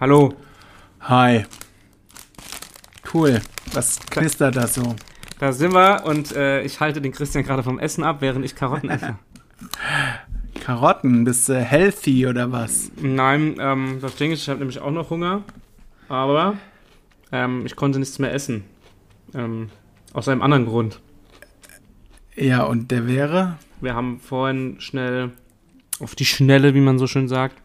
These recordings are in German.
Hallo. Hi. Cool. Was knistert da so? Da sind wir und äh, ich halte den Christian gerade vom Essen ab, während ich Karotten esse. Karotten, bist du healthy oder was? Nein, ähm, das Ding ist, ich habe nämlich auch noch Hunger, aber ähm, ich konnte nichts mehr essen. Ähm, aus einem anderen Grund. Ja, und der wäre? Wir haben vorhin schnell, auf die Schnelle, wie man so schön sagt,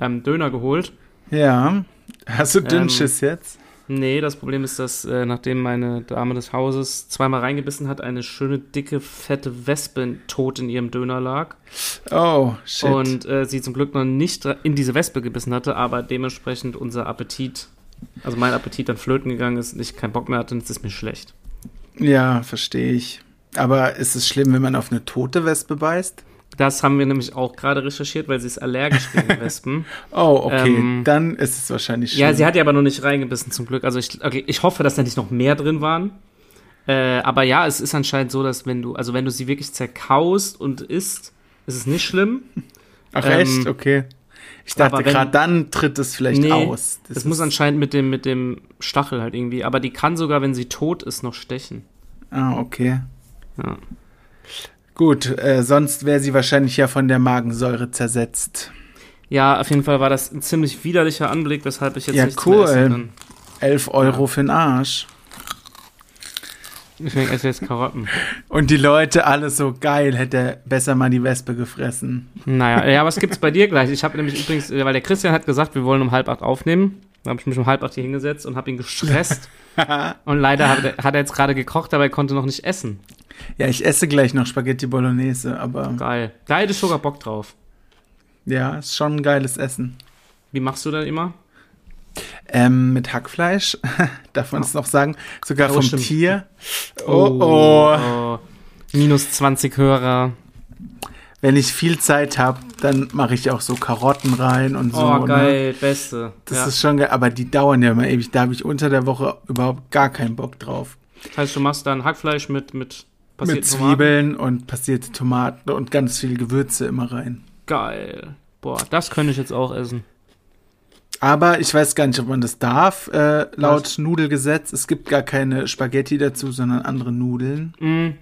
ähm, Döner geholt. Ja. Hast du Ähm, Dünnschiss jetzt? Nee, das Problem ist, dass äh, nachdem meine Dame des Hauses zweimal reingebissen hat, eine schöne, dicke, fette Wespe tot in ihrem Döner lag. Oh, shit. Und äh, sie zum Glück noch nicht in diese Wespe gebissen hatte, aber dementsprechend unser Appetit, also mein Appetit dann flöten gegangen ist und ich keinen Bock mehr hatte und es ist mir schlecht. ja, verstehe ich. Aber ist es schlimm, wenn man auf eine tote Wespe beißt? Das haben wir nämlich auch gerade recherchiert, weil sie ist allergisch gegen Wespen. Oh, okay. Ähm, Dann ist es wahrscheinlich schlimm. Ja, sie hat ja aber noch nicht reingebissen zum Glück. Also ich, okay, ich hoffe, dass da nicht noch mehr drin waren. Äh, aber ja, es ist anscheinend so, dass wenn du, also wenn du sie wirklich zerkaust und isst, ist es nicht schlimm. Ach, ähm, echt? Okay. Ich aber dachte wenn- gerade, dann tritt es vielleicht Nee, aus. Das, muss ist- anscheinend mit dem, mit dem Stachel halt irgendwie. Aber die kann sogar, wenn sie tot ist, noch stechen. Ah, okay. Ja. Gut, äh, sonst wäre sie wahrscheinlich ja von der Magensäure zersetzt. ja, auf jeden Fall war das ein ziemlich widerlicher Anblick, weshalb ich jetzt Ja, nichts cool. mehr essen kann. 11 Euro für den Arsch. Deswegen esse ich jetzt Karotten. Und die Leute alle so geil, hätte er besser mal die Wespe gefressen. Naja, ja, was gibt's bei dir gleich? Ich habe nämlich übrigens, äh, weil der Christian hat gesagt, wir wollen um halb acht aufnehmen. Da habe ich mich um halb acht hier hingesetzt und habe ihn gestresst. und leider hat er, hat er jetzt gerade gekocht, aber er konnte noch nicht essen. Ja, ich esse gleich noch Spaghetti Bolognese, aber Geil. Da hätte ich sogar Bock drauf. ja, ist schon ein geiles Essen. Wie machst du dann immer? Ähm, mit Hackfleisch, darf man es noch sagen, sogar Oh, vom stimmt. Tier. Oh, oh. oh. Minus 20 Hörer. Wenn ich viel Zeit habe, dann mache ich auch so Karotten rein und so. Oh, Ne? geil, beste. Das ja. ist schon geil, aber die dauern ja immer ewig. Da habe ich unter der Woche überhaupt gar keinen Bock drauf. das heißt, du machst dann Hackfleisch mit, mit Mit passierten Tomaten. Zwiebeln und passierte Tomaten und ganz viel Gewürze immer rein. Geil. Boah, das könnte ich jetzt auch essen. Aber ich weiß gar nicht, ob man das darf, äh, laut Nudelgesetz. Es gibt gar keine Spaghetti dazu, sondern andere Nudeln. Mm.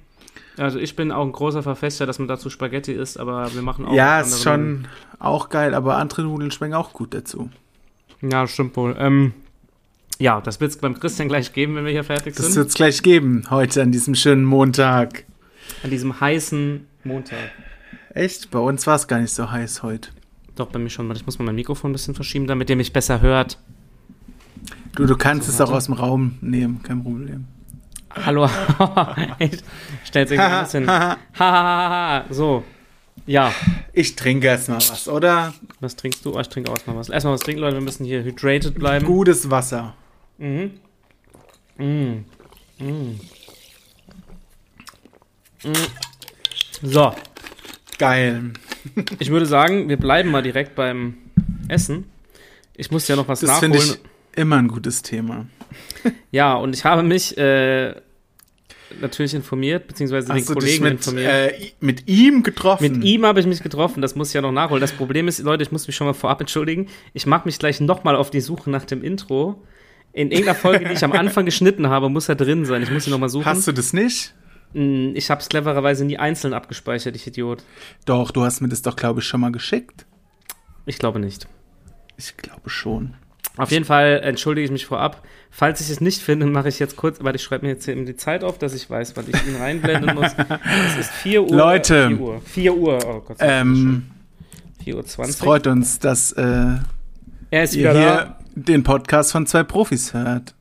Also ich bin auch ein großer Verfechter, dass man dazu Spaghetti isst, aber wir machen auch ja, andere ist schon auch geil, aber andere Nudeln schmecken auch gut dazu. Ja, das stimmt wohl. Ähm, ja, das wird es beim Christian gleich geben, wenn wir hier fertig Das sind. wird es gleich geben, heute an diesem schönen Montag. An diesem heißen Montag. Echt? Bei uns war es gar nicht so heiß heute. Doch, bei mir schon mal. Ich muss mal mein Mikrofon ein bisschen verschieben, damit ihr mich besser hört. Du, du kannst So, es auch warte. aus dem Raum nehmen, kein Problem. Hallo. ich stelle jetzt irgendwie ein bisschen. Ha, ha, ha, ha. So. Ja, ich trinke erstmal was, oder? was trinkst du? Oh, ich trinke auch erstmal was. Erstmal was trinken, Leute. Wir müssen hier hydrated bleiben. Gutes Wasser. Mhm. Mm. Mm. Mm. So, Geil. ich würde sagen, wir bleiben mal direkt beim Essen. Ich muss ja noch was Das nachholen. finde ich immer ein gutes Thema. Ja, und ich habe mich äh, natürlich informiert, beziehungsweise den Hast du dich Kollegen mit, informiert. äh, hm. i- mit ihm getroffen? Mit ihm habe ich mich getroffen, das muss ich ja noch nachholen. Das Problem ist, Leute, ich muss mich schon mal vorab entschuldigen. Ich mache mich gleich nochmal auf die Suche nach dem Intro. In irgendeiner Folge, die ich am Anfang geschnitten habe, muss er drin sein. Ich muss ihn nochmal suchen. Hast du das nicht? Mm, Ich habe es clevererweise nie einzeln abgespeichert, ich Idiot. Doch, du hast mir das doch, glaube ich, schon mal geschickt. Ich glaube nicht. Ich glaube schon. Auf jeden Fall entschuldige ich mich vorab. Falls ich es nicht finde, mache ich jetzt kurz, weil ich schreibe mir jetzt hier eben die Zeit auf, dass ich weiß, wann ich ihn reinblenden muss. Es ist 4 Uhr. Leute. 4 Uhr. 4 Uhr. Oh Gott sei Dank. Ähm, 4 Uhr 20. es freut uns, dass äh, er ist ihr wieder da. hier den Podcast von zwei Profis hört.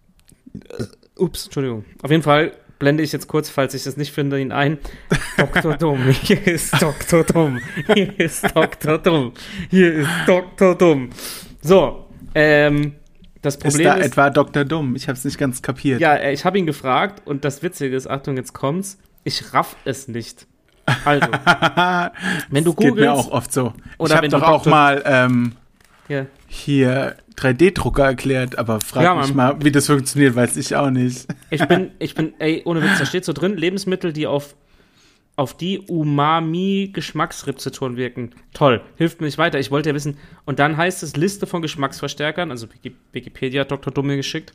Ups, Entschuldigung. Auf jeden Fall blende ich jetzt kurz, falls ich es nicht finde, ihn ein. Dr. Dumm. Hier ist Dr. Dumm. Hier ist Dr. Dumm. Hier ist Dr. Dumm. So, ähm, das Problem ist da ist etwa Dr. Dumm? Ich habe es nicht ganz kapiert. Ja, äh, ich habe ihn gefragt und das Witzige ist, Achtung, jetzt kommt's, ich raff es nicht. Also, wenn du Geht mir googelst, auch oft so. Oder ich habe wenn du doch auch Dr. mal ähm, ja, hier 3D-Drucker erklärt, aber frag Ja, mich Mann. mal, wie das funktioniert, weiß ich auch nicht. ich bin, ich bin, ey, ohne Witz, da steht so drin, Lebensmittel, die auf auf die Umami-Geschmacksrezeptoren wirken. Toll, hilft mir nicht weiter. Ich wollte ja wissen. Und dann heißt es Liste von Geschmacksverstärkern, also Wiki- Wikipedia hat Dr. Dumme geschickt.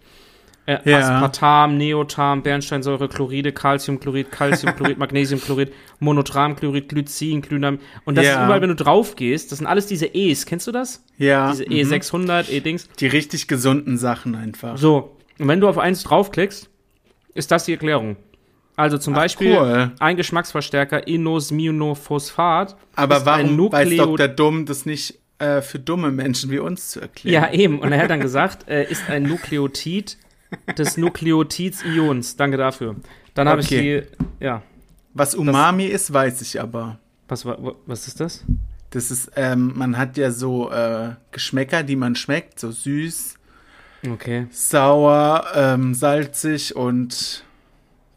Äh, Ja. Aspartam, Neotam, Bernsteinsäure, Chloride, Calciumchlorid, Calciumchlorid, Magnesiumchlorid, Monotramchlorid, Glycin, Glynam. Und das Ja. ist überall, wenn du drauf gehst, das sind alles diese E's. Kennst du das? Ja. Diese mhm. E600, E-Dings. Die richtig gesunden Sachen einfach. So, und wenn du auf eins draufklickst, ist das die Erklärung. Also zum Beispiel cool. ein Geschmacksverstärker Inosminophosphat. Aber ist ein warum weiß Nukleo- Dr. Dumm das nicht äh, für dumme Menschen wie uns zu erklären? Ja, eben. Und er hat dann gesagt, äh, ist ein Nukleotid des Nukleotids-Ions. Danke dafür. Dann habe Okay. ich die, ja. Was Umami ist, weiß ich aber. Was, wa- wa- was ist das? Das ist, ähm, man hat ja so äh, Geschmäcker, die man schmeckt, so süß, Okay. sauer, ähm, salzig und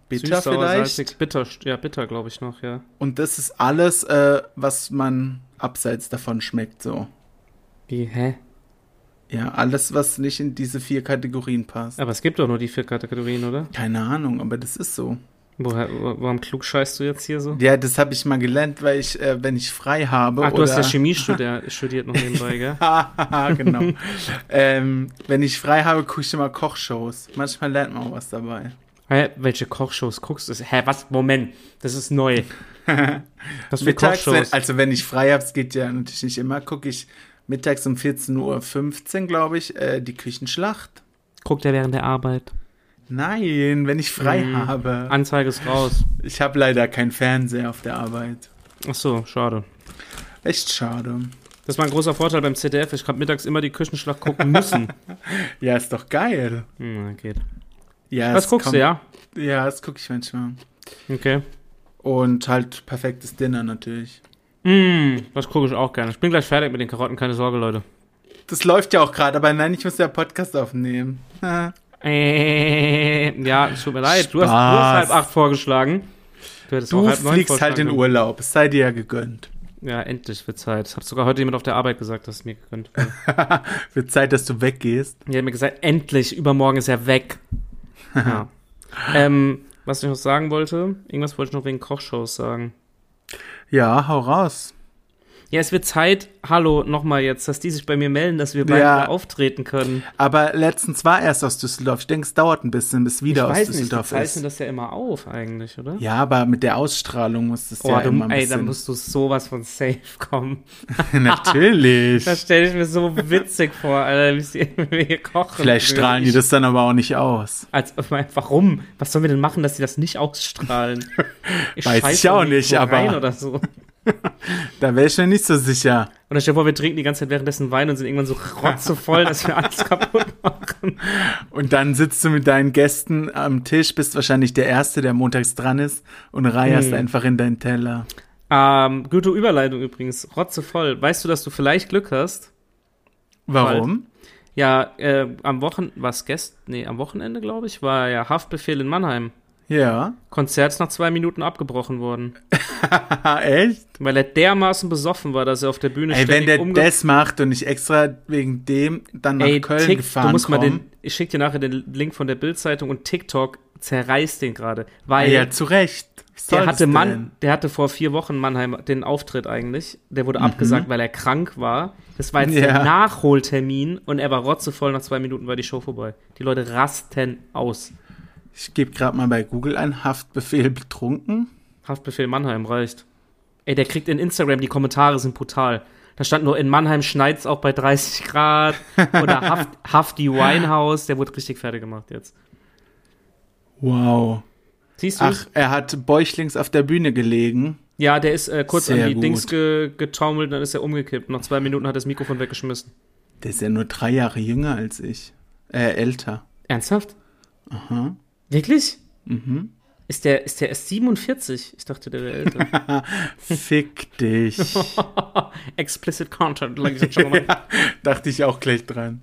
bitter Süß, sauer, vielleicht. salzig, bitter, st- ja, bitter, glaube ich noch, ja. Und das ist alles, äh, was man abseits davon schmeckt, so. Wie, hä? Ja, alles, was nicht in diese vier Kategorien passt. Aber es gibt doch nur die vier Kategorien, oder? Keine Ahnung, aber das ist so. Woher, wa- warum klugscheißt du jetzt hier so? Ja, das habe ich mal gelernt, weil ich, äh, wenn ich frei habe Ach, du oder hast ja Chemie studiert, studiert noch nebenbei, gell? Hahaha, genau. ähm, wenn ich frei habe, gucke ich immer Kochshows. Manchmal lernt man auch was dabei. Hä, welche Kochshows guckst du? Hä, was? Moment, das ist neu. Was für Mittags, Kochshows? wenn- also wenn ich frei habe, es geht ja natürlich nicht immer, gucke ich mittags um 14.15 Uhr, glaube ich, äh, die Küchenschlacht. Guckt er während der Arbeit. Nein, wenn ich frei Mhm. habe. Anzeige ist raus. Ich habe leider keinen Fernseher auf der Arbeit. Ach so, schade. Echt schade. Das war ein großer Vorteil beim ZDF. Ich habe mittags immer die Küchenschlacht gucken müssen. Ja, ist doch geil. Hm, geht. Ja, Was es guckst du, kommt- ja? Ja, das gucke ich manchmal. Okay. Und halt perfektes Dinner natürlich. Mm, das gucke ich auch gerne. Ich bin gleich fertig mit den Karotten, keine Sorge, Leute. Das läuft ja auch gerade, aber nein, ich muss ja Podcast aufnehmen. Ha. Äh, ja, es tut mir leid. Du hast, du Spaß. hast halb acht vorgeschlagen. Du, hättest Du auch halb neun fliegst halt in vorschlagen Urlaub. Es sei dir ja gegönnt. können. Ja, endlich wird Zeit. Hat sogar heute jemand auf der Arbeit gesagt, dass es mir gegönnt wurde. Wird Zeit, dass du weggehst. Die hat mir gesagt, endlich, übermorgen ist er weg. ja. ähm, was ich noch sagen wollte, irgendwas wollte ich noch wegen Kochshows sagen. Ja, hau raus. Ja, es wird Zeit, hallo, nochmal jetzt, dass die sich bei mir melden, dass wir beide Ja. wieder auftreten können. Aber letztens war erst aus Düsseldorf. Ich denke, es dauert ein bisschen, bis ich wieder aus weiß nicht, die Düsseldorf zeichnen ist. das ja immer auf eigentlich, oder? Ja, aber mit der Ausstrahlung muss das Oh, ja du, immer ein ey, da bisschen. musst du sowas von safe kommen. Das Natürlich. stelle ich mir so witzig vor, Alter, wie sie wie wir kochen. Vielleicht strahlen die das dann aber auch nicht aus. Als, warum? Was sollen wir denn machen, dass sie das nicht ausstrahlen? Ich Weiß scheiß ich auch irgendwie nicht, so aber- rein Oder so. Da wäre ich mir nicht so sicher. Und dann stell dir vor, wir trinken die ganze Zeit währenddessen Wein und sind irgendwann so rotzevoll, dass wir alles kaputt machen. Und dann sitzt du mit deinen Gästen am Tisch, bist wahrscheinlich der Erste, der montags dran ist und reierst Hm. einfach in deinen Teller. Ähm, gute Überleitung übrigens, rotzevoll. Weißt du, dass du vielleicht Glück hast? Warum? Ja, äh, am Wochenende, was gestern? Nee, am Wochenende, glaube ich, war ja Haftbefehl in Mannheim. Ja. Konzert ist nach zwei Minuten abgebrochen worden, Echt? weil er dermaßen besoffen war, dass er auf der Bühne Ey, wenn ständig der umge- das macht und ich extra wegen dem dann nach Ey, Köln Tick, gefahren du musst mal komm, den, ich schicke dir nachher den Link von der Bildzeitung und TikTok zerreißt den gerade, weil Ey, ja, zu Recht. Was soll Der hatte das Mann, der hatte vor vier Wochen Mannheim den Auftritt eigentlich. Der wurde abgesagt, weil er krank war. Das war jetzt Mhm. Ja. der Nachholtermin und er war rotzevoll. Nach zwei Minuten war die Show vorbei. Die Leute rasten aus. denn? Ich gebe gerade mal bei Google ein Haftbefehl betrunken. Haftbefehl Mannheim reicht. Ey, der kriegt in Instagram, die Kommentare sind brutal. Da stand nur, in Mannheim schneit's auch bei 30 Grad. Oder Haft, Hafti Winehouse. Der wurde richtig fertig gemacht jetzt. Wow. Siehst du? Ach, er hat bäuchlings auf der Bühne gelegen. Ja, der ist äh, kurz Sehr an die gut. Dings ge getaumelt, dann ist er umgekippt. Nach zwei Minuten hat er das Mikrofon weggeschmissen. Der ist ja nur drei Jahre jünger als ich. Äh, älter. Ernsthaft? Aha. Wirklich? Mhm. Ist der, ist der erst 47? Ich dachte, der wäre älter. Fick dich. Explicit Content, ladies and gentlemen. Dachte ich auch gleich dran.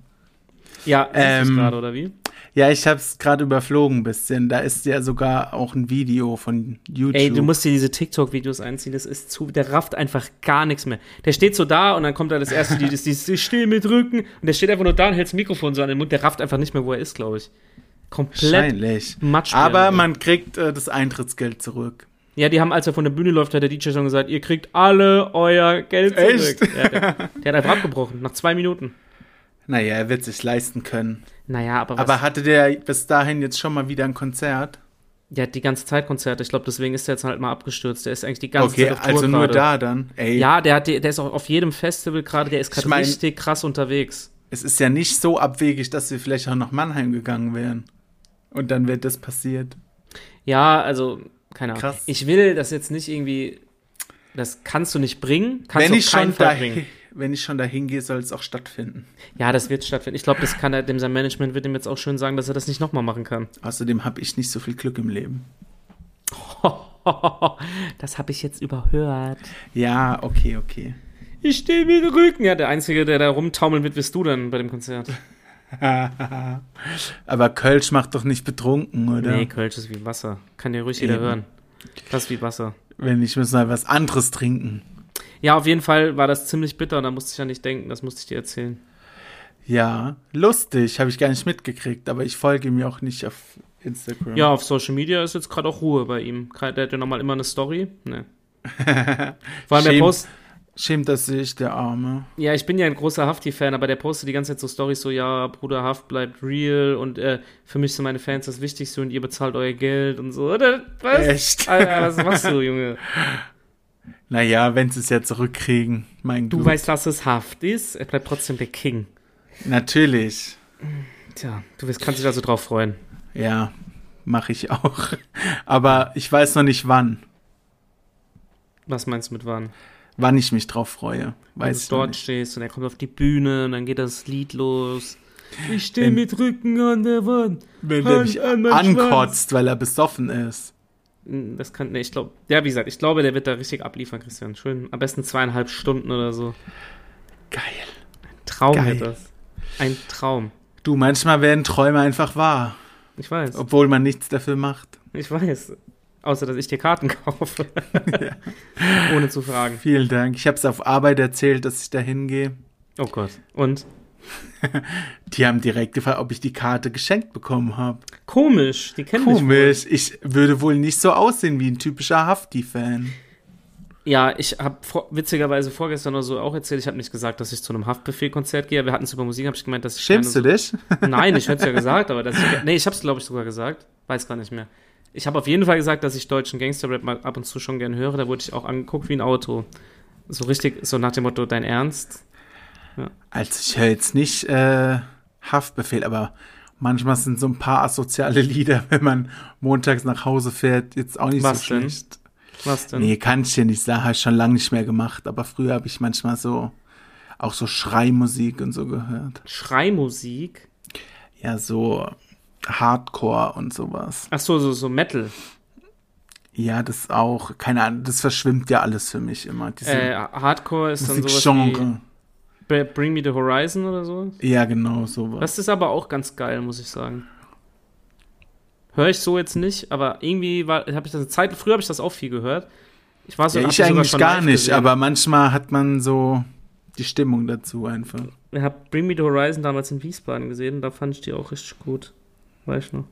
Ja, siehst Ähm, du's gerade, oder wie? Ja, ich hab's gerade überflogen ein bisschen. Da ist ja sogar auch ein Video von YouTube. Ey, du musst dir diese TikTok-Videos einziehen, das ist zu, der rafft einfach gar nichts mehr. Der steht so da und dann kommt da das erste, die, das, dieses Still mit Rücken und der steht einfach nur da und hält das Mikrofon so an den Mund, der rafft einfach nicht mehr, wo er ist, glaube ich. Komplett Wahrscheinlich. Matsch. Aber man kriegt äh, das Eintrittsgeld zurück. Ja, die haben, als er von der Bühne läuft, hat der DJ schon gesagt, ihr kriegt alle euer Geld zurück. Echt? Ja, der, der hat einfach abgebrochen, nach zwei Minuten. Naja, er wird sich leisten können. Naja, aber, was, Aber hatte der bis dahin jetzt schon mal wieder ein Konzert? der hat die ganze Zeit Konzerte. Ich glaube, deswegen ist der jetzt halt mal abgestürzt. Der ist eigentlich die ganze okay, Zeit auf Tour also nur gerade. da dann. Ey, Ja, der, hat, die- der ist auch auf jedem Festival gerade, der ist gerade Ich mein- richtig krass unterwegs. es ist ja nicht so abwegig, dass wir vielleicht auch nach Mannheim gegangen wären. Und dann wäre das passiert. Ja, also, keine Ahnung. Krass. Ich will das jetzt nicht irgendwie, das kannst du nicht bringen, kannst Wenn du auf ich, keinen schon Fall dahin, bringen. wenn ich schon dahin gehe, soll es auch stattfinden. Ja, das wird stattfinden. Ich glaube, das kann er, dem sein Management wird ihm jetzt auch schön sagen, dass er das nicht nochmal machen kann. Außerdem habe ich nicht so viel Glück im Leben. Das habe ich jetzt überhört. Ja, okay, okay. Ich stehe mir den Rücken. Ja, der Einzige, der da rumtaumeln wird, bist du dann bei dem Konzert. Aber Kölsch macht doch nicht betrunken, oder? Nee, Kölsch ist wie Wasser. Kann dir ruhig jeder Eben. hören. Das ist wie Wasser. Wenn nicht, müssen wir was anderes trinken. Ja, auf jeden Fall war das ziemlich bitter und da musste ich ja nicht denken, das musste ich dir erzählen. Ja, lustig, habe ich gar nicht mitgekriegt, aber ich folge ihm ja auch nicht auf Instagram. Ja, auf Social Media ist jetzt gerade auch Ruhe bei ihm. Gerade- Der hat ja nochmal immer eine Story. Nee. Vor allem der Schämt- Post. Schämt das sich, der Arme. Ja, ich bin ja ein großer Hafti-Fan, aber der postet die ganze Zeit so Stories so, ja, Bruder Haft bleibt real und äh, für mich sind meine Fans das Wichtigste und ihr bezahlt euer Geld und so. Oder? Was? Echt? Alter, was machst du, Junge? Naja, wenn sie es ja zurückkriegen, mein Du Gott. weißt, dass es Haft ist. Er bleibt trotzdem der King. Natürlich. Tja, du wirst, kannst dich also drauf freuen. Ja, mache ich auch. Aber ich weiß noch nicht wann. Was meinst du mit wann? Wann ich mich drauf freue. Wenn Weiß du ich noch Also dort nicht. stehst und er kommt auf die Bühne und dann geht das Lied los. Ähm, Ich stehe Wenn- mit Rücken an der Wand. Wenn der mich Hand an meinen ankotzt, weil er besoffen ist. Das kann, ne, ich glaube, ja, wie gesagt, ich glaube, der wird da richtig abliefern, Christian. Schön, am besten zweieinhalb Stunden oder so. Geil. Traum Geil. wird das. Ein Traum. Du, manchmal werden Träume einfach wahr, Ich weiß, obwohl man nichts dafür macht. ich weiß. Außer, dass ich dir Karten kaufe. Ja. Ohne zu fragen. Vielen Dank. Ich habe es auf Arbeit erzählt, dass ich da hingehe. Oh Gott. Und Die haben direkt gefragt, ob ich die Karte geschenkt bekommen habe. komisch, die kennen mich. Komisch. Ich würde wohl nicht so aussehen wie ein typischer Hafti-Fan. Ja, ich habe vor, witzigerweise vorgestern oder so auch erzählt, ich habe nicht gesagt, dass ich zu einem Haftbefehl-Konzert gehe. Wir hatten es über Musik, habe ich gemeint, dass ich. Schämst du dich? dich? Nein, ich hätte es ja gesagt, aber dass ich. Nee, ich habe es, glaube ich, sogar gesagt. Weiß gar nicht mehr. Ich habe auf jeden Fall gesagt, dass ich deutschen Gangster-Rap mal ab und zu schon gern höre. Da wurde ich auch angeguckt wie ein Auto. So richtig, so nach dem Motto, dein Ernst? Also ich höre jetzt nicht äh, Haftbefehl, aber manchmal sind so ein paar asoziale Lieder, wenn man montags nach Hause fährt, jetzt auch nicht Was so denn? schlecht. Was denn? Nee, kann ich dir nicht sagen, habe ich schon lange nicht mehr gemacht, aber früher habe ich manchmal so auch so Schreimusik und so gehört. Schreimusik? Ja, so Hardcore und sowas. Ach so, so, so Metal. Ja, das auch, keine Ahnung, das verschwimmt ja alles für mich immer, diese Äh, Hardcore ist dann sowas wie Musikgenre. Br- Bring Me the Horizon oder so. Ja, genau, sowas. Das ist aber auch ganz geil, muss ich sagen. Höre ich so jetzt nicht, aber irgendwie war, habe ich das eine Zeit, früher habe ich das auch viel gehört. Ich war so Ja, hab ich das sogar eigentlich schon gar live nicht, gesehen. aber manchmal hat man so die Stimmung dazu einfach. ich habe Bring Me the Horizon damals in Wiesbaden gesehen, da fand ich die auch richtig gut. Weiß ich noch.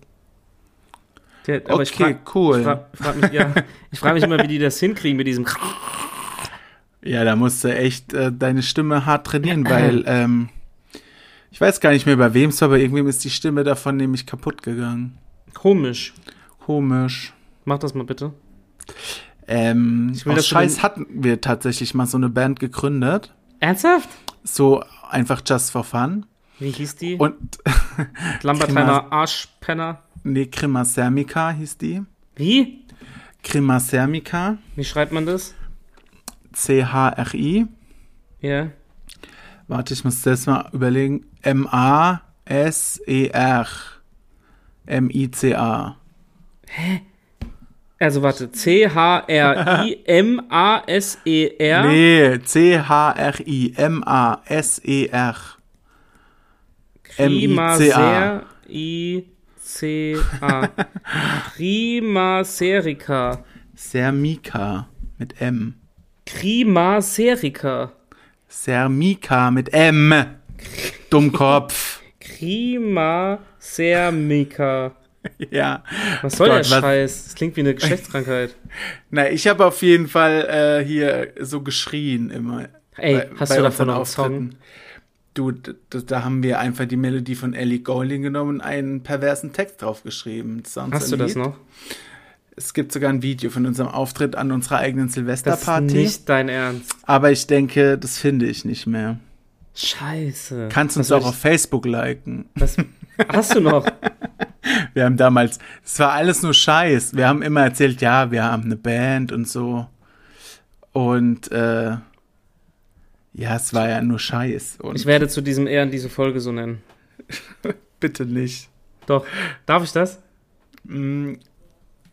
Die hat- aber ich okay, frag- cool. Ich frage frag mich, ja, ich frag mich immer, wie die das hinkriegen mit diesem. ja, da musst du echt äh, deine Stimme hart trainieren, weil ähm, ich weiß gar nicht mehr, bei wem es war, aber irgendwem ist die Stimme davon nämlich kaputt gegangen. Komisch. Komisch. Mach das mal bitte. Ähm, Ich will, aus dass du Scheiß den- hatten wir tatsächlich mal so eine Band gegründet. Ernsthaft? So einfach just for fun. Wie hieß die? Und, Lambertheiner Arschpenner. nee, Krimasermica hieß die. Wie? Krimasermica, Wie schreibt man das? C-H-R-I. Ja. Warte, ich muss das mal überlegen. M-A-S-E-R. M-I-C-A. Also warte, C-H-R-I-M-A-S-E-R. Nee, C-H-R-I. M-A-S-E-R. M-I-C-A. I-C-A. Krimaserica. Sermika mit M. Krimaserica. Sermika mit M. Dummkopf. Krimaserica. ja. Was soll Gott, der was- Scheiß? Das klingt wie eine Geschlechtskrankheit. Na, ich habe auf jeden Fall äh, hier so geschrien immer. Ey, bei- hast bei du davon unseren noch einen Song? Auftritten. Du, d- d- da haben wir einfach die Melodie von Ellie Goulding genommen und einen perversen Text draufgeschrieben. Das war unser Hast du das Lied. noch? Es gibt sogar ein Video von unserem Auftritt an unserer eigenen Das ist Silvesterparty. nicht dein Ernst. Aber ich denke, das finde ich nicht mehr. Scheiße. Kannst uns Was auch soll auf Facebook liken. ich- Was, hast du noch? Wir haben damals, es war alles nur Scheiß. Wir haben immer erzählt, ja, wir haben eine Band und so. Und äh, ja, es war ja nur Scheiß. Und Ich werde zu diesem Ehren diese Folge so nennen. bitte nicht. Doch. Darf ich das? Hm,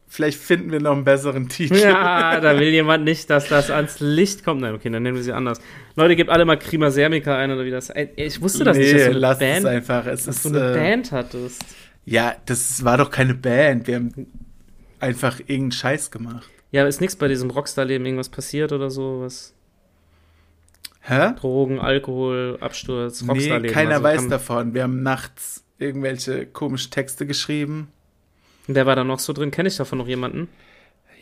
vielleicht finden wir noch einen besseren Titel. Ja, da will jemand nicht, dass das ans Licht kommt. Nein, okay, dann nennen wir sie anders. Leute, gebt alle mal Krima Sermika ein oder wie das. Ey, Ich wusste das nicht, dass du eine lass es Band, einfach. Es dass ist, du eine äh, Band hattest. Ja, das war doch keine Band. Wir haben einfach irgendeinen Scheiß gemacht. Ja, ist nichts bei diesem Rockstar-Leben irgendwas passiert oder so? Was? Hä? Drogen, Alkohol, Absturz, Nee, Rockstar-Leben. keiner also, weiß kann- davon. Wir haben nachts irgendwelche komischen Texte geschrieben. Wer war da noch so drin? Kenne ich davon noch jemanden?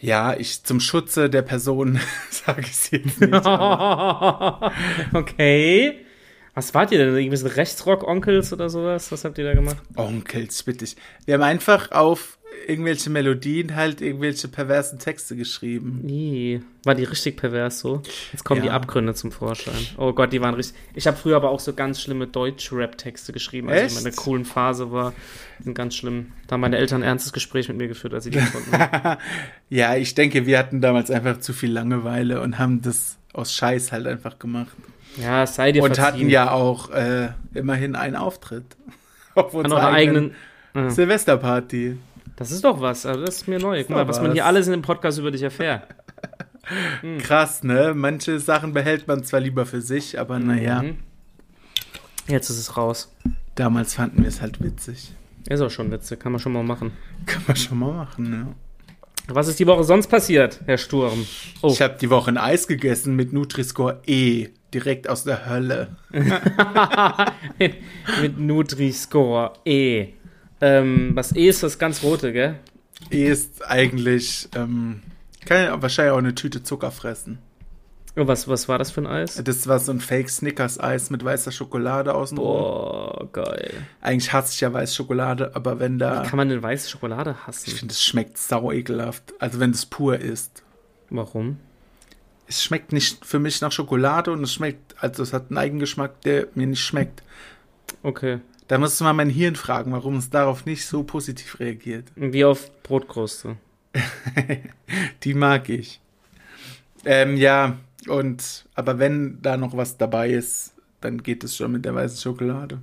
Ja, ich zum Schutze der Person sage ich es jetzt nicht. aber- okay. Was wart ihr denn? Irgendwelche Rechtsrock-Onkels oder sowas? Was habt ihr da gemacht? Onkels, bitte. ich. Wir haben einfach auf irgendwelche Melodien halt irgendwelche perversen Texte geschrieben. Ih, war die richtig pervers so? Jetzt kommen die Ja. Abgründe zum Vorschein. Oh Gott, die waren richtig. Ich habe früher aber auch so ganz schlimme Deutsch-Rap-Texte geschrieben, als ich in Echt? meiner coolen Phase war. Die sind ganz schlimm. Da haben meine Eltern ein ernstes Gespräch mit mir geführt, als sie die gefunden haben. Ja, ich denke, wir hatten damals einfach zu viel Langeweile und haben das aus Scheiß halt einfach gemacht. Ja, es sei dir und verziehen. hatten ja auch äh, immerhin einen Auftritt auf an unserer eurer eigenen. Hm. eigenen, Silvesterparty. Das ist doch was. Also das ist mir neu. Guck doch mal, was man was. hier alles in dem Podcast über dich erfährt. Hm. Krass, ne? Manche Sachen behält man zwar lieber für sich, aber naja, Mhm. Jetzt ist es raus. damals fanden wir es halt witzig. Ist auch schon Witze, kann man schon mal machen. Kann man schon mal machen, ne? Was ist die Woche sonst passiert, Herr Sturm? Oh, Ich habe die Woche ein Eis gegessen mit Nutri-Score E, direkt aus der Hölle. mit Nutri-Score E. Ähm, was E ist, das ganz rote, gell? E ist eigentlich, ähm, kann ja wahrscheinlich auch eine Tüte Zucker fressen. Und Oh, was, was war das für ein Eis? Das war so ein Fake Snickers-Eis mit weißer Schokolade außenrum. Boah, geil. Eigentlich hasse ich ja weiße Schokolade, aber wenn da. Kann man denn weiße Schokolade Ich hassen? finde, es schmeckt sau ekelhaft. Also wenn es pur ist. Warum? Es schmeckt nicht für mich nach Schokolade und es schmeckt, also es hat einen Eigengeschmack, der mir nicht schmeckt. Okay. Da musst du mal mein Hirn fragen, warum es darauf nicht so positiv reagiert. Wie auf Brotkruste. Die mag ich. Ähm, ja, und aber wenn da noch was dabei ist, dann geht es schon mit der weißen Schokolade.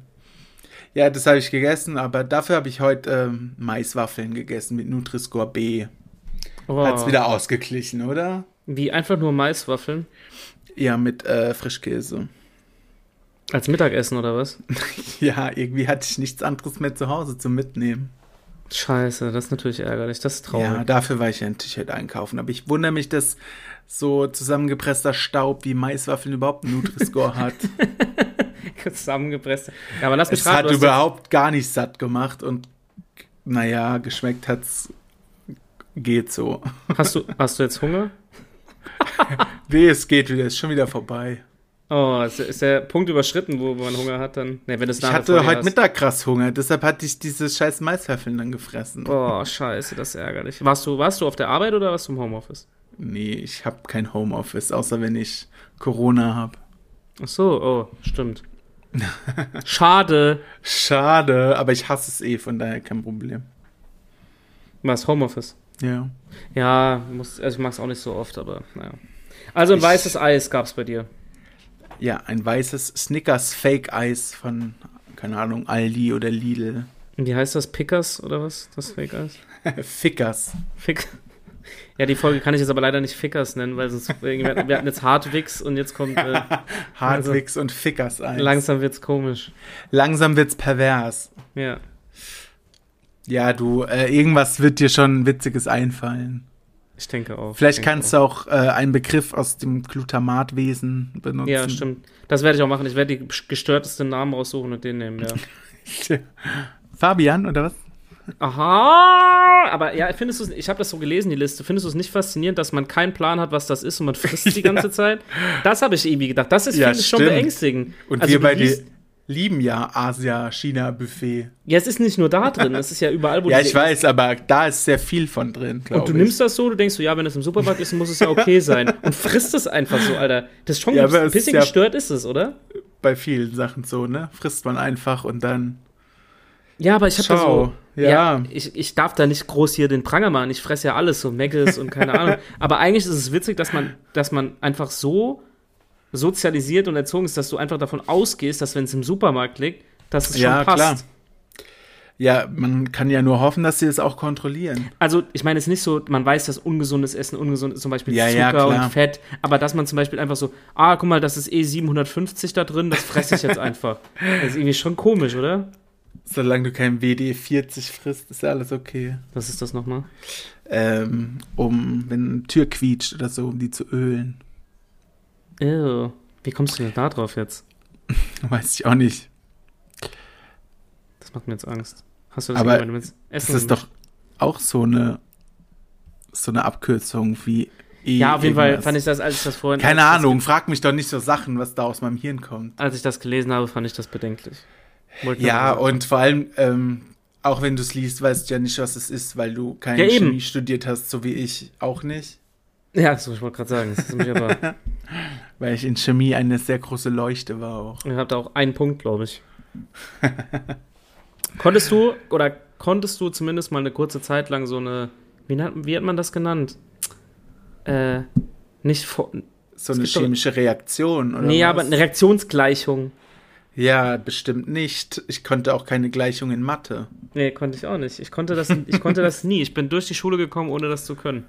Ja, das habe ich gegessen, aber dafür habe ich heute ähm, Maiswaffeln gegessen mit Nutri-Score B. Oh, Hat's wieder ausgeglichen, oder? Wie einfach nur Maiswaffeln Ja, mit äh, Frischkäse. als Mittagessen oder was? Ja, irgendwie hatte ich nichts anderes mehr zu Hause zum Mitnehmen. Scheiße, das ist natürlich ärgerlich, das ist traurig. Ja, dafür war ich ja natürlich heute einkaufen. Aber ich wundere mich, dass so zusammengepresster Staub wie Maiswaffeln überhaupt einen Nutri-Score hat. Zusammengepresst. Ja, aber lass mich Es raten, hat du hast überhaupt gar nicht satt gemacht und naja, geschmeckt hat's geht so. Hast du, hast du jetzt Hunger? Nee, es geht wieder, ist schon wieder vorbei. Oh, ist, ist der Punkt überschritten, wo man Hunger hat, dann. Ne, wenn du es Ich nachher vor hatte dir heute hast. Mittag krass Hunger, deshalb hatte ich diese scheiß Maiswaffeln dann gefressen. Oh, scheiße, das ist ärgerlich. Warst du, warst du auf der Arbeit oder warst du im Homeoffice? Nee, ich habe kein Homeoffice, außer wenn ich Corona habe. Ach so, oh, stimmt. Schade. Schade, aber ich hasse es eh, von daher kein Problem. Was, Homeoffice? Ja. Ja, muss, also ich mag's auch nicht so oft, aber naja. Also ein Ich- weißes Eis gab's bei dir. Ja, ein weißes Snickers Fake Eis von, keine Ahnung, Aldi oder Lidl. Und Wie heißt das? Pickers oder was? Das Fake-Eis? Fickers. Fick. Ja, die Folge kann ich jetzt aber leider nicht Fickers nennen, weil sonst, irgendwer- wir hatten jetzt Hartwigs und jetzt kommt, äh, Also Hartwigs und Fickers Eis. langsam wird's komisch. Langsam wird's pervers. Ja. Ja, du, äh, irgendwas wird dir schon Witziges einfallen. Ich denke auch. Vielleicht kannst du auch äh, einen Begriff aus dem Glutamatwesen benutzen. Ja, stimmt. Das werde ich auch machen. Ich werde die gestörtesten Namen raussuchen und den nehmen, ja. Fabian, oder was? Aha! Aber ja, findest du ich habe das so gelesen, die Liste. Findest du es nicht faszinierend, dass man keinen Plan hat, was das ist und man frisst die ganze Zeit? Das habe ich irgendwie gedacht. Das ist Ja, finde ich schon stimmt. beängstigend. Und Also wir du beide liest- lieben ja Asia-China-Buffet. Ja, es ist nicht nur da drin, es ist ja überall, wo Ja, du ich weiß, aber da ist sehr viel von drin, glaube ich. Und du nimmst das so, du denkst so, ja, wenn es im Supermarkt ist, muss es ja okay sein. Und frisst es einfach so, Alter. Das ist schon Ja, aber ein es ist bisschen ja- gestört ist es, oder? bei vielen Sachen so, ne? Frisst man einfach und dann. Ja, aber ich habe da so. Ciao. Ja. Ja. ich, ich darf da nicht groß hier den Pranger machen. Ich fresse ja alles, so Meckes und keine Ahnung. Aber eigentlich ist es witzig, dass man, dass man einfach so sozialisiert und erzogen ist, dass du einfach davon ausgehst, dass wenn es im Supermarkt liegt, dass es schon Ja, passt. klar. Ja, man kann ja nur hoffen, dass sie das auch kontrollieren. Also, ich meine, es ist nicht so, man weiß, dass ungesundes Essen ungesund ist, zum Beispiel Ja, ja, Zucker klar. und Fett, aber dass man zum Beispiel einfach so, ah, guck mal, das ist eh 750 da drin, das fresse ich jetzt einfach. Das ist irgendwie schon komisch, oder? Solange du kein WD40 frisst, ist ja alles okay. Was ist das nochmal? Ähm, um, wenn eine Tür quietscht oder so, um die zu ölen. Ew. Wie kommst du denn da drauf jetzt? Weiß ich auch nicht. Das macht mir jetzt Angst. Hast du das Aber gemeint, wenn es Das Essen ist doch auch so eine, so eine Abkürzung wie E. Ja, auf jeden Fall irgendwas. fand ich das, als ich das vorhin. Keine als ich Ahnung, frag mich doch nicht so Sachen, was da aus meinem Hirn kommt. Das, als ich das gelesen habe, fand ich das bedenklich. Wollte nur Ja, sagen. und vor allem, ähm, auch wenn du es liest, weißt du ja nicht, was es ist, weil du keine Ja, eben. Chemie studiert hast, so wie ich auch nicht. Ja, so, ich wollte gerade sagen. Das ist nämlich aber, Weil ich in Chemie eine sehr große Leuchte war auch. ihr habt auch einen Punkt, glaube ich. Konntest du, oder konntest du zumindest mal eine kurze Zeit lang so eine, wie hat, wie hat man das genannt? Äh, nicht vor, So Es eine gibt doch- chemische Reaktion, oder? nee, was? aber eine Reaktionsgleichung. Ja, bestimmt nicht. Ich konnte auch keine Gleichung in Mathe. Nee, konnte ich auch nicht. Ich konnte das, ich konnte das nie. Ich bin durch die Schule gekommen, ohne das zu können.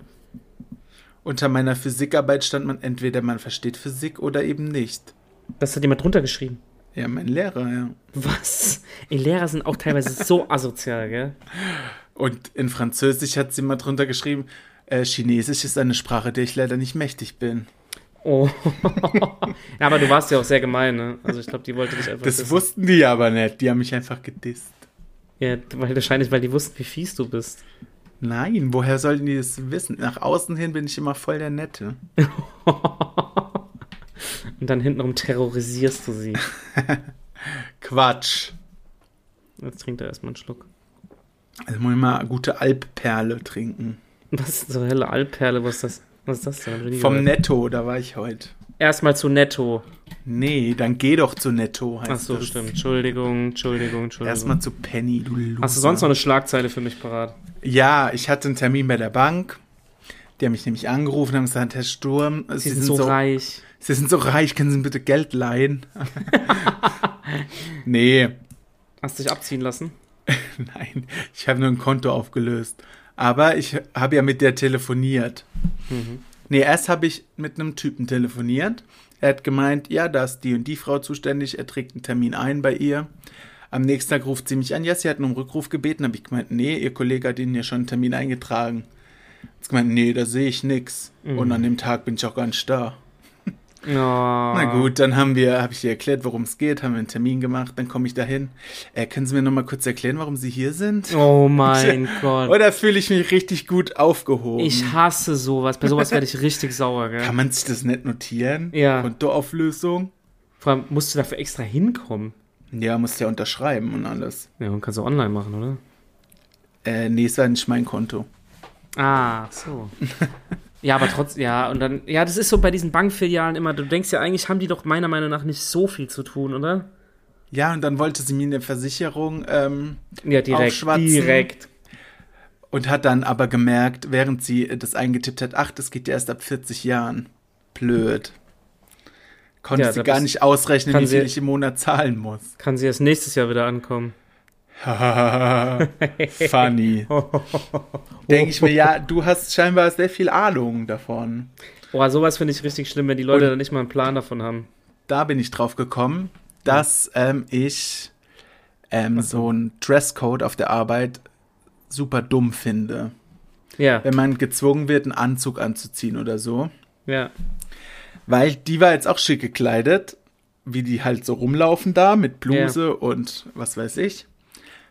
Unter meiner Physikarbeit stand man entweder man versteht Physik oder eben nicht. Das hat jemand drunter geschrieben. Ja, mein Lehrer, ja. Was? Ey, Lehrer sind auch teilweise so asozial, gell? Und in Französisch hat sie mal drunter geschrieben, äh, Chinesisch ist eine Sprache, der ich leider nicht mächtig bin. Oh. ja, aber du warst ja auch sehr gemein, ne? Also ich glaube, die wollte dich einfach. Das wissen. wussten die aber nicht. Die haben mich einfach gedisst. ja, weil wahrscheinlich, weil die wussten, wie fies du bist. Nein, woher sollen die das wissen? Nach außen hin bin ich immer voll der Nette. Und dann hintenrum terrorisierst du sie. Quatsch. Jetzt trinkt er erstmal einen Schluck. Also muss ich mal gute Alpperle trinken. Was zur Hölle Alperle, was ist das? Was ist das denn? Hab ich nie Vom gehört. Netto, da war ich heute. Erstmal zu Netto. Nee, dann geh doch zu Netto, heißt Ach so, das. stimmt. Entschuldigung, Entschuldigung, Entschuldigung. Erstmal zu Penny, du Loser. Hast du sonst noch eine Schlagzeile für mich parat? Ja, ich hatte einen Termin bei der Bank. Die haben mich nämlich angerufen und haben gesagt, Herr Sturm, Sie, sind, so, reich. Sie sind so reich, können Sie mir bitte Geld leihen? nee, Hast dich abziehen lassen? Nein, ich habe nur ein Konto aufgelöst. Aber ich habe ja mit der telefoniert. Nee, erst habe ich mit einem Typen telefoniert. Er hat gemeint, ja, da ist die und die Frau zuständig. Er trägt einen Termin ein bei ihr. Am nächsten Tag ruft sie mich an. Ja, sie hat einen Rückruf gebeten. Habe ich gemeint, nee, ihr Kollege hat Ihnen ja schon einen Termin eingetragen. Jetzt gemeint, nee, da sehe ich nix. Und an dem Tag bin ich auch gar nicht da. Oh. Na gut, dann haben wir, habe ich dir erklärt, worum es geht, haben wir einen Termin gemacht, dann komme ich dahin. Äh, können Sie mir noch mal kurz erklären, warum Sie hier sind? Oh mein Gott. Oder Oh, fühle ich mich richtig gut aufgehoben? Ich hasse sowas. Bei sowas werde ich richtig sauer, gell? Kann man sich das nicht notieren? Ja. Kontoauflösung? Vor allem musst du dafür extra hinkommen. Ja, musst ja unterschreiben und alles. Ja, und kannst du online machen, oder? Äh, nee, es war nicht mein Konto. Ah, so. ja, aber trotzdem, ja, und dann, ja, das ist so bei diesen Bankfilialen immer, du denkst ja eigentlich, haben die doch meiner Meinung nach nicht so viel zu tun, oder? Ja, und dann wollte sie mir eine Versicherung ähm, Ja, direkt. Aufschwatzen. Direkt. und hat dann aber gemerkt, während sie äh, das eingetippt hat, ach, das geht ja erst ab 40 Jahren. Blöd. Konnte Ja, sie da gar bist- nicht ausrechnen, kann wie viel sie- ich im Monat zahlen muss. Kann sie erst nächstes Jahr wieder ankommen. Funny. Denke ich mir, Oh. ja, du hast scheinbar sehr viel Ahnung davon. Boah, sowas finde ich richtig schlimm, wenn die Leute dann nicht mal einen Plan davon haben. da bin ich drauf gekommen, dass ähm, ich ähm, so einen Dresscode auf der Arbeit super dumm finde. Ja, Wenn man gezwungen wird, einen Anzug anzuziehen oder so. ja. Weil die war jetzt auch schick gekleidet, wie die halt so rumlaufen da mit Bluse und was weiß ich.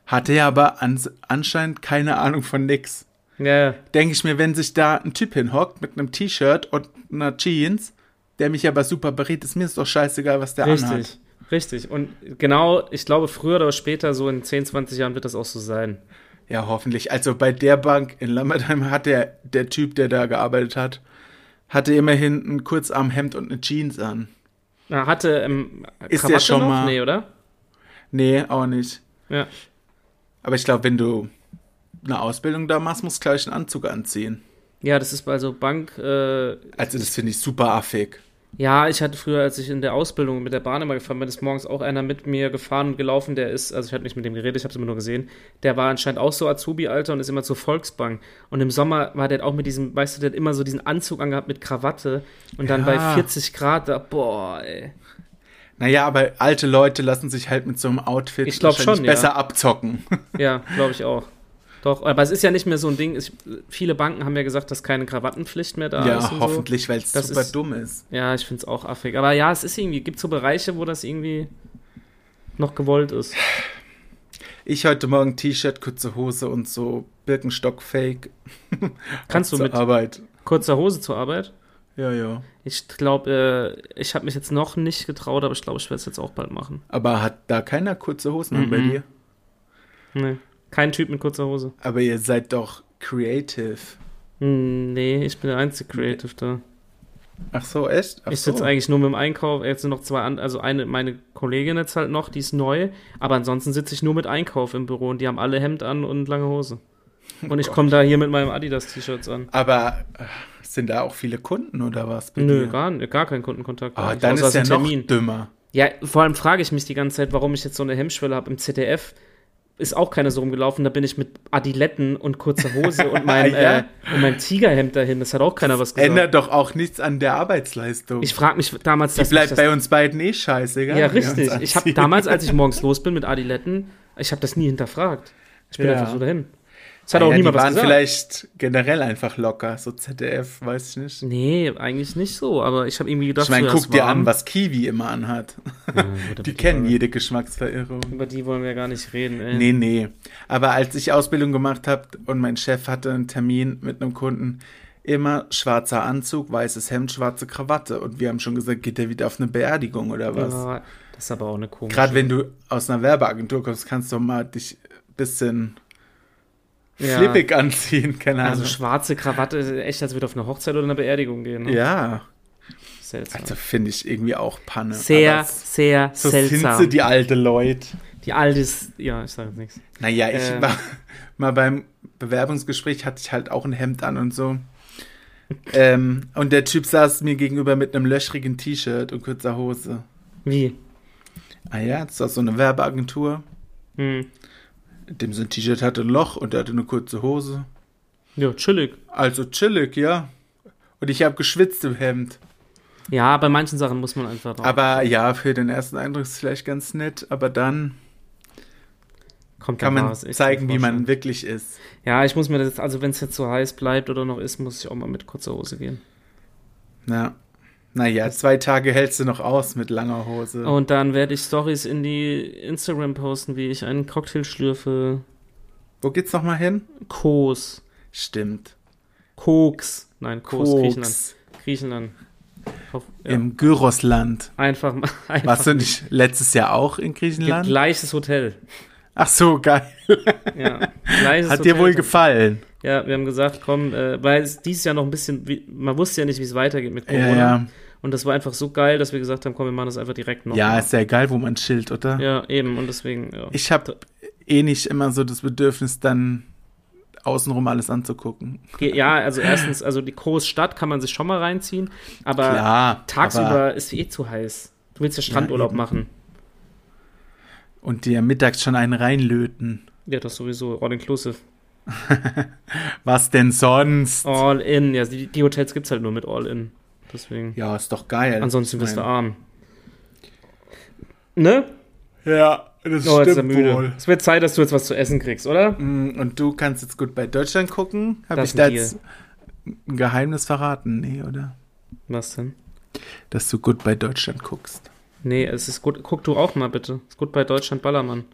Hatte ja aber ans anscheinend keine Ahnung von nix. Ja, ja. Denke ich mir, wenn sich da ein Typ hinhockt mit einem T-Shirt und einer Jeans, der mich aber super berät, ist mir ist doch scheißegal, was der anhat. richtig. Richtig. Und genau, ich glaube, früher oder später, so in 10, 20 Jahren, wird das auch so sein. Ja, hoffentlich. Also bei der Bank in Lambertheim hat der, der Typ, der da gearbeitet hat, hatte immerhin ein Kurzarmhemd und eine Jeans an. Na, hatte ähm, Ist der Krawatte schon noch? mal- Nee, oder? Nee, auch nicht. Ja. Aber ich glaube, wenn du eine Ausbildung da machst, musst du gleich einen Anzug anziehen. Ja, das ist bei so Bank. Äh, Also das finde ich super affig. ja, ich hatte früher, als ich in der Ausbildung mit der Bahn immer gefahren bin, ist morgens auch einer mit mir gefahren und gelaufen. Der ist, also ich hatte nicht mit dem geredet, ich habe es immer nur gesehen. Der war anscheinend auch so Azubi-Alter und ist immer zur Volksbank. Und im Sommer war der auch mit diesem, weißt du, der hat immer so diesen Anzug angehabt mit Krawatte. Und dann bei Ja. 40 Grad, da, boah, ey. Naja, aber alte Leute lassen sich halt mit so einem Outfit Ich glaub wahrscheinlich schon, ja. besser abzocken. Ja, glaube ich auch. Doch, aber es ist ja nicht mehr so ein Ding. Ich, viele Banken haben ja gesagt, dass keine Krawattenpflicht mehr da ist. ja, und hoffentlich, weil es Das super ist- dumm ist. So. Ja, ich finde es auch affig. Aber ja, es ist irgendwie, gibt so Bereiche, wo das irgendwie noch gewollt ist. Ich heute Morgen T-Shirt, kurze Hose und so Birkenstock-Fake. Kannst du zur mit Arbeit. kurzer Hose zur Arbeit? Ja, ja. Ich glaube, äh, ich habe mich jetzt noch nicht getraut, aber ich glaube, ich werde es jetzt auch bald machen. Aber hat da keiner kurze Hosen an bei Mhm. dir? Nee. Kein Typ mit kurzer Hose. Aber ihr seid doch creative. Hm, Nee, ich bin der einzige Creative da. Ach so, echt? Ach ich so. sitze eigentlich nur mit dem Einkauf. Jetzt sind noch zwei, an, also eine, meine Kollegin jetzt halt noch, die ist neu. Aber ansonsten sitze ich nur mit Einkauf im Büro und die haben alle Hemd an und lange Hose. Oh Und ich komme da hier mit meinem Adidas-T-Shirts an. Aber äh, sind da auch viele Kunden oder was? bei Nö, dir? gar, gar kein Kundenkontakt. Ah, eigentlich, dann außer ist ja dem noch dümmer. Ja, vor allem frage ich mich die ganze Zeit, warum ich jetzt so eine Hemmschwelle habe. Im ZDF ist auch keiner so rumgelaufen. Da bin ich mit Adiletten und kurzer Hose und meinem, Ja. äh, und meinem Tigerhemd dahin. Das hat auch keiner was gesagt. Ändert doch auch nichts an der Arbeitsleistung. Also- ich frage mich damals, Die dass bleibt ich das, bei uns beiden eh scheiße, gell? Ja, wie wir uns richtig. Ich habe anziehen. damals, als ich morgens los bin mit Adiletten, ich habe das nie hinterfragt. Ich bin Ja. Ah einfach so dahin. Es hat auch ja, niemand die was waren gesagt. vielleicht generell einfach locker, so ZDF, weiß ich nicht. nee, eigentlich nicht so, aber ich habe irgendwie gedacht, Ich meine, so, guck dir an, was. was Kiwi immer anhat. Die die kennen wollen- jede Geschmacksverirrung. Über die wollen wir gar nicht reden, ey. Nee, nee. Aber als ich Ausbildung gemacht habe und mein Chef hatte einen Termin mit einem Kunden, immer schwarzer Anzug, weißes Hemd, schwarze Krawatte. Und wir haben schon gesagt, geht der wieder auf eine Beerdigung oder was? Ja, das ist aber auch eine komische. Gerade wenn du aus einer Werbeagentur kommst, kannst du mal dich ein bisschen Ja. flippig anziehen, keine Ahnung. Also schwarze Krawatte, ist echt, als würde auf eine Hochzeit oder eine Beerdigung gehen. Ne? ja, Seltsam. also finde ich irgendwie auch Panne. sehr, Aber s- sehr so sind seltsam. sie die alte Leute. die alte ist, ja, ich sage jetzt nichts. Naja, ich Ähm. war mal beim Bewerbungsgespräch, hatte ich halt auch ein Hemd an und so. Ähm, und der Typ saß mir gegenüber mit einem löchrigen T-Shirt und kurzer Hose. Wie? Ah ja, das ist auch so eine Werbeagentur. Hm. In dem sein T-Shirt hatte ein Loch und er hatte eine kurze Hose. Ja, chillig. Also chillig, ja. Und ich habe geschwitzt im Hemd. Ja, bei manchen Sachen muss man einfach drauf. Aber ja, für den ersten Eindruck ist es vielleicht ganz nett, aber dann Kommt kann da man raus, Genau, echt zeigen, zum wie man Vorschein. wirklich ist. Ja, ich muss mir das jetzt, also wenn es jetzt so heiß bleibt oder noch ist, muss ich auch mal mit kurzer Hose gehen. Na, naja, zwei Tage hältst du noch aus mit langer Hose. Und dann werde ich Stories in die Instagram posten, wie ich einen Cocktail schlürfe. Wo geht's nochmal hin? Kos. Stimmt. Koks. Nein, Kos, Griechenland. Koks. Griechenland. Hoff- ja. Im Gyrosland. Einfach mal. Einfach Warst du nicht letztes Jahr auch in Griechenland? Gleiches Hotel. Ach so, geil. Ja, gleiches Hat dir Hotel. wohl gefallen. Ja, wir haben gesagt, komm, äh, weil es dieses Jahr noch ein bisschen, wie, man wusste ja nicht, wie es weitergeht mit Corona. Ja, ja. Und das war einfach so geil, dass wir gesagt haben, komm, wir machen das einfach direkt noch. Ja, ist ja egal, wo man chillt, oder? Ja, eben. Und deswegen, ja. Ich habe eh nicht immer so das Bedürfnis, dann außenrum alles anzugucken. ja, also erstens, also die Großstadt kann man sich schon mal reinziehen, aber Klar. Äh, tagsüber aber- ist eh zu heiß. Du willst ja Strandurlaub eben. machen. Und dir mittags schon einen reinlöten. Ja, das sowieso, all inclusive. Was denn sonst? All in, ja, die, die Hotels gibt's halt nur mit all in. Deswegen. Ja, ist doch geil. Ansonsten bist du Nein. arm. Ne? Ja, das Oh, jetzt ist er stimmt müde. wohl. Es wird Zeit, dass du jetzt was zu essen kriegst, oder? Mm, Und du kannst jetzt gut bei Deutschland gucken. Habe Das ich ist da ein jetzt ein Geheimnis verraten? Nee, oder? Was denn? Dass du gut bei Deutschland guckst. Nee, es ist gut. Guck du auch mal bitte. Ist gut bei Deutschland Ballermann.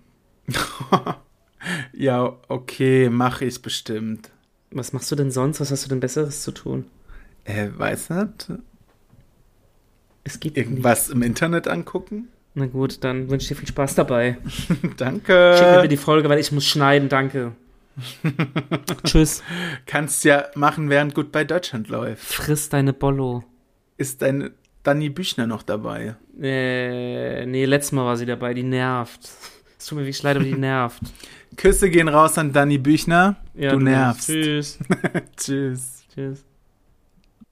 Ja, okay, mache ich bestimmt. Was machst du denn sonst? Was hast du denn Besseres zu tun? Äh, weiß nicht. Es gibt Irgendwas im Internet angucken? nichts. Na gut, dann wünsche ich dir viel Spaß dabei. Schick mir Danke. die Folge, weil ich muss schneiden, danke. Tschüss. Kannst ja machen, während Goodbye Deutschland läuft. Friss deine Bollo. Ist dein Danny Büchner noch dabei? Äh, nee, letztes Mal war sie dabei, die nervt. Es tut mir wirklich leid, aber die nervt. Küsse gehen raus an Danny Büchner. Ja, du nervst. Tschüss. Tschüss. Tschüss.